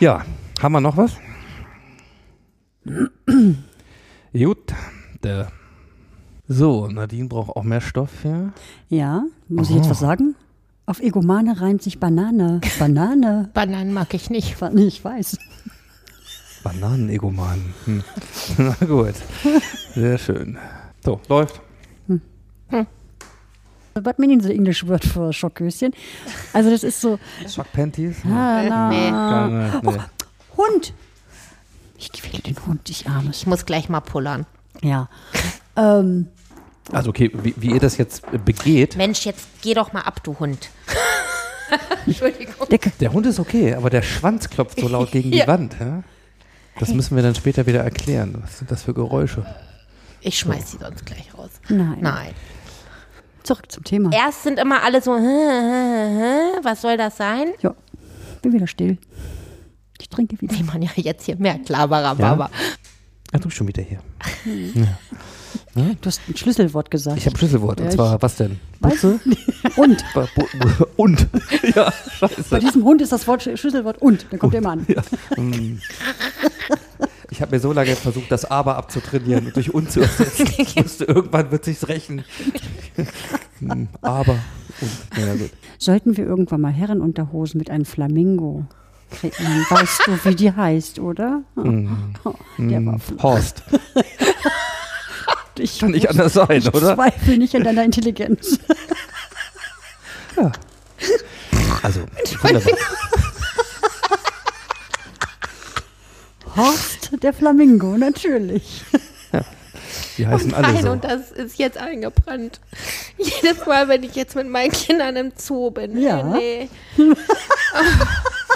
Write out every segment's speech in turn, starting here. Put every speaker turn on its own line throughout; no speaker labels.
Ja, haben wir noch was? Gut. Der. So, Nadine braucht auch mehr Stoff, ja?
Ja, muss ich jetzt was sagen? Auf Egomane reimt sich Banane. Banane.
Bananen mag ich nicht.
Wa- nee, Ich weiß.
Bananenegoman. Hm. Na gut. Sehr schön. So, läuft.
What meaning the English word for Schockhöschen? Also das ist so,
Schockpanties?
ah, na,
Gar nicht, nee.
Hund. Ich quäle den Hund, ich armes.
Ich muss gleich mal pullern.
Ja. Ähm,
Also okay, wie, wie ihr das jetzt äh, begeht.
Mensch, jetzt geh doch mal ab, du Hund. Entschuldigung.
der, K-
Der Hund ist okay, aber der Schwanz klopft so laut gegen die Wand. Ja? Das müssen wir dann später wieder erklären. Was sind das für Geräusche?
Ich schmeiß die sonst gleich raus.
Nein.
Nein.
zurück zum Thema.
Erst sind immer alle so, hä, hä, hä, was soll das sein?
Ja, bin wieder still. Ich trinke wieder.
Wie man ja jetzt hier merkt, Labarababa.
Ach, du bist schon wieder hier.
Du hast ein Schlüsselwort gesagt.
Ich habe Schlüsselwort. Und
Ja,
zwar, was denn?
Weiß- Und.
Ba- bu- bu- Und. Ja,
Bei
scheiße.
diesem Hund ist das Wort, Schlüsselwort und. Dann kommt er immer an.
Ich habe mir so lange versucht, das Aber abzutrainieren und durch Und zu ersetzen. Ich wusste, irgendwann wird sich's rächen. Hm, Aber. Und. Na Ja, gut.
Sollten wir irgendwann mal Herrenunterhosen mit einem Flamingo kreieren? Weißt du, wie die heißt, oder?
Hm.
Oh, der war
Horst.
ich
Kann nicht anders sein, oder?
zweifle nicht an deiner Intelligenz.
Also, wunderbar.
Horst, der Flamingo, natürlich.
Die heißen alle
Nein,
so.
und das ist jetzt eingebrannt. Jedes Mal, wenn ich jetzt mit meinen Kindern im Zoo bin.
Ja.
Nee, nee.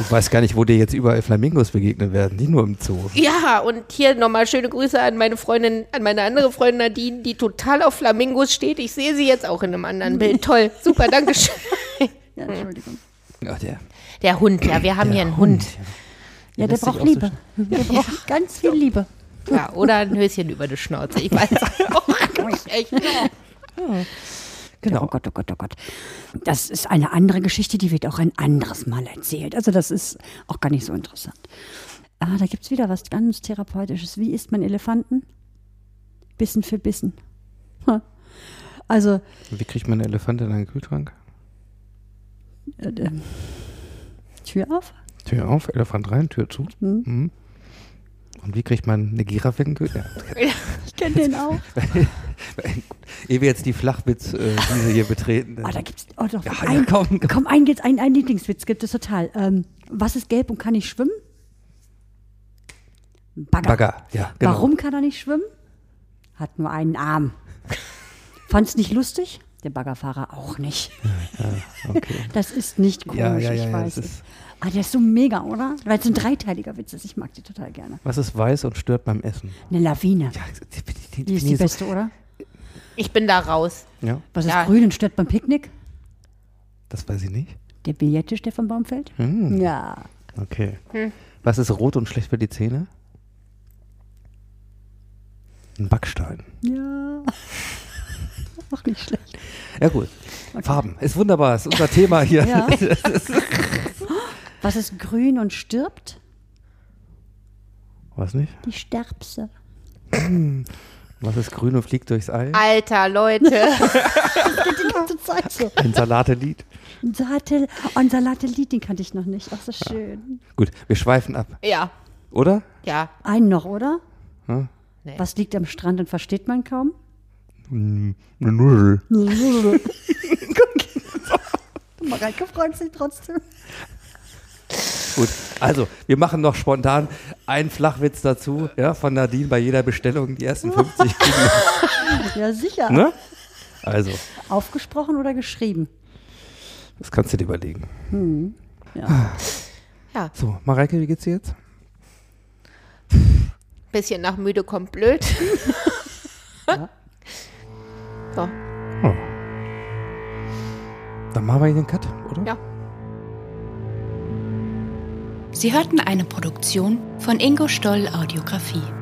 Ich weiß gar nicht, wo dir jetzt überall Flamingos begegnen werden. Nicht nur im Zoo.
ja, und hier nochmal schöne Grüße an meine Freundin, an meine andere Freundin Nadine, die total auf Flamingos steht. Ich sehe sie jetzt auch in einem anderen Bild. Toll, super, danke schön.
Ja, Entschuldigung.
Ach, der.
Der Hund, ja, wir haben hier einen Hund.
Ja, der
lässt sich
braucht
auch so
Liebe. Der braucht ganz viel Liebe.
Ja, oder ein Höschen über die Schnauze. Ich weiß auch nicht echt.
Genau.
Oh Gott, oh Gott, oh Gott. Das ist eine andere Geschichte, die wird auch ein anderes Mal erzählt. Also das ist auch gar nicht so interessant. Ah, da gibt es wieder was ganz Therapeutisches. Wie isst man Elefanten? Bissen für Bissen. Ha. Also,
Wie kriegt man einen Elefant in einen Kühlschrank?
äh, äh, Tür auf?
Tür auf, Elefant rein, Tür zu. Mhm. Und wie kriegt man eine Giraffe in den Kühlschrank?
Ich kenne den auch.
Ehe wir jetzt die Flachwitz-Wiese hier betreten.
Oh, da gibt's oh, doch,
Ja, ja,
ein,
komm, komm.
komm ein, jetzt ein, ein Lieblingswitz gibt es total. Ähm, was ist gelb und kann nicht schwimmen? Ein Bagger.
Bagger, ja, genau.
Warum kann er nicht schwimmen? Hat nur einen Arm. Fand's nicht lustig? Der Baggerfahrer auch nicht.
Okay.
Das ist nicht komisch,
Ja, ja, ja,
ich
ja,
weiß
das
es.
ist-
Ah, der ist so mega, oder? Weil es ein dreiteiliger Witz ist. Ich mag die total gerne.
Was ist weiß und stört beim Essen?
Eine Lawine.
Ja,
die ist die beste, oder?
Ich bin da raus.
Ja,
Was ist
Ja.
grün und stört beim Picknick?
das weiß ich nicht.
Der Billardtisch, der vom Baum fällt?
Hm.
Ja.
Okay. Was ist rot und schlecht für die Zähne? Ein Backstein.
Ja. Auch nicht schlecht.
Ja, gut. Farben. Ist wunderbar. Ist unser Thema hier.
Ja.
Das ist-
Was ist grün und stirbt?
Weiß nicht.
Die Sterbse.
Was ist grün und fliegt durchs All?
Alter, Leute.
Die ganze Zeit so.
Ein Salatelied.
Und Satel, oh, ein Salatelid, den kannte ich noch nicht. Ach, so schön.
Gut, wir schweifen ab.
Ja,
Oder?
ja.
Einen noch, oder?
Hm?
Nee.
Was liegt am Strand und versteht man kaum?
Eine Null.
Guck. Mareike freut sich trotzdem.
Gut, also wir machen noch spontan einen Flachwitz dazu, ja, von Nadine bei jeder Bestellung die ersten 50 kriegen. wir,
Ja, sicher.
Ne? Also,
Aufgesprochen oder geschrieben?
das kannst du dir überlegen.
Ja,
So, Mareike, wie geht's dir jetzt?
bisschen nach müde kommt blöd. So,
Oh. Dann machen wir hier den Cut, oder?
ja.
Sie hörten eine Produktion von Ingo Stoll Audiografie.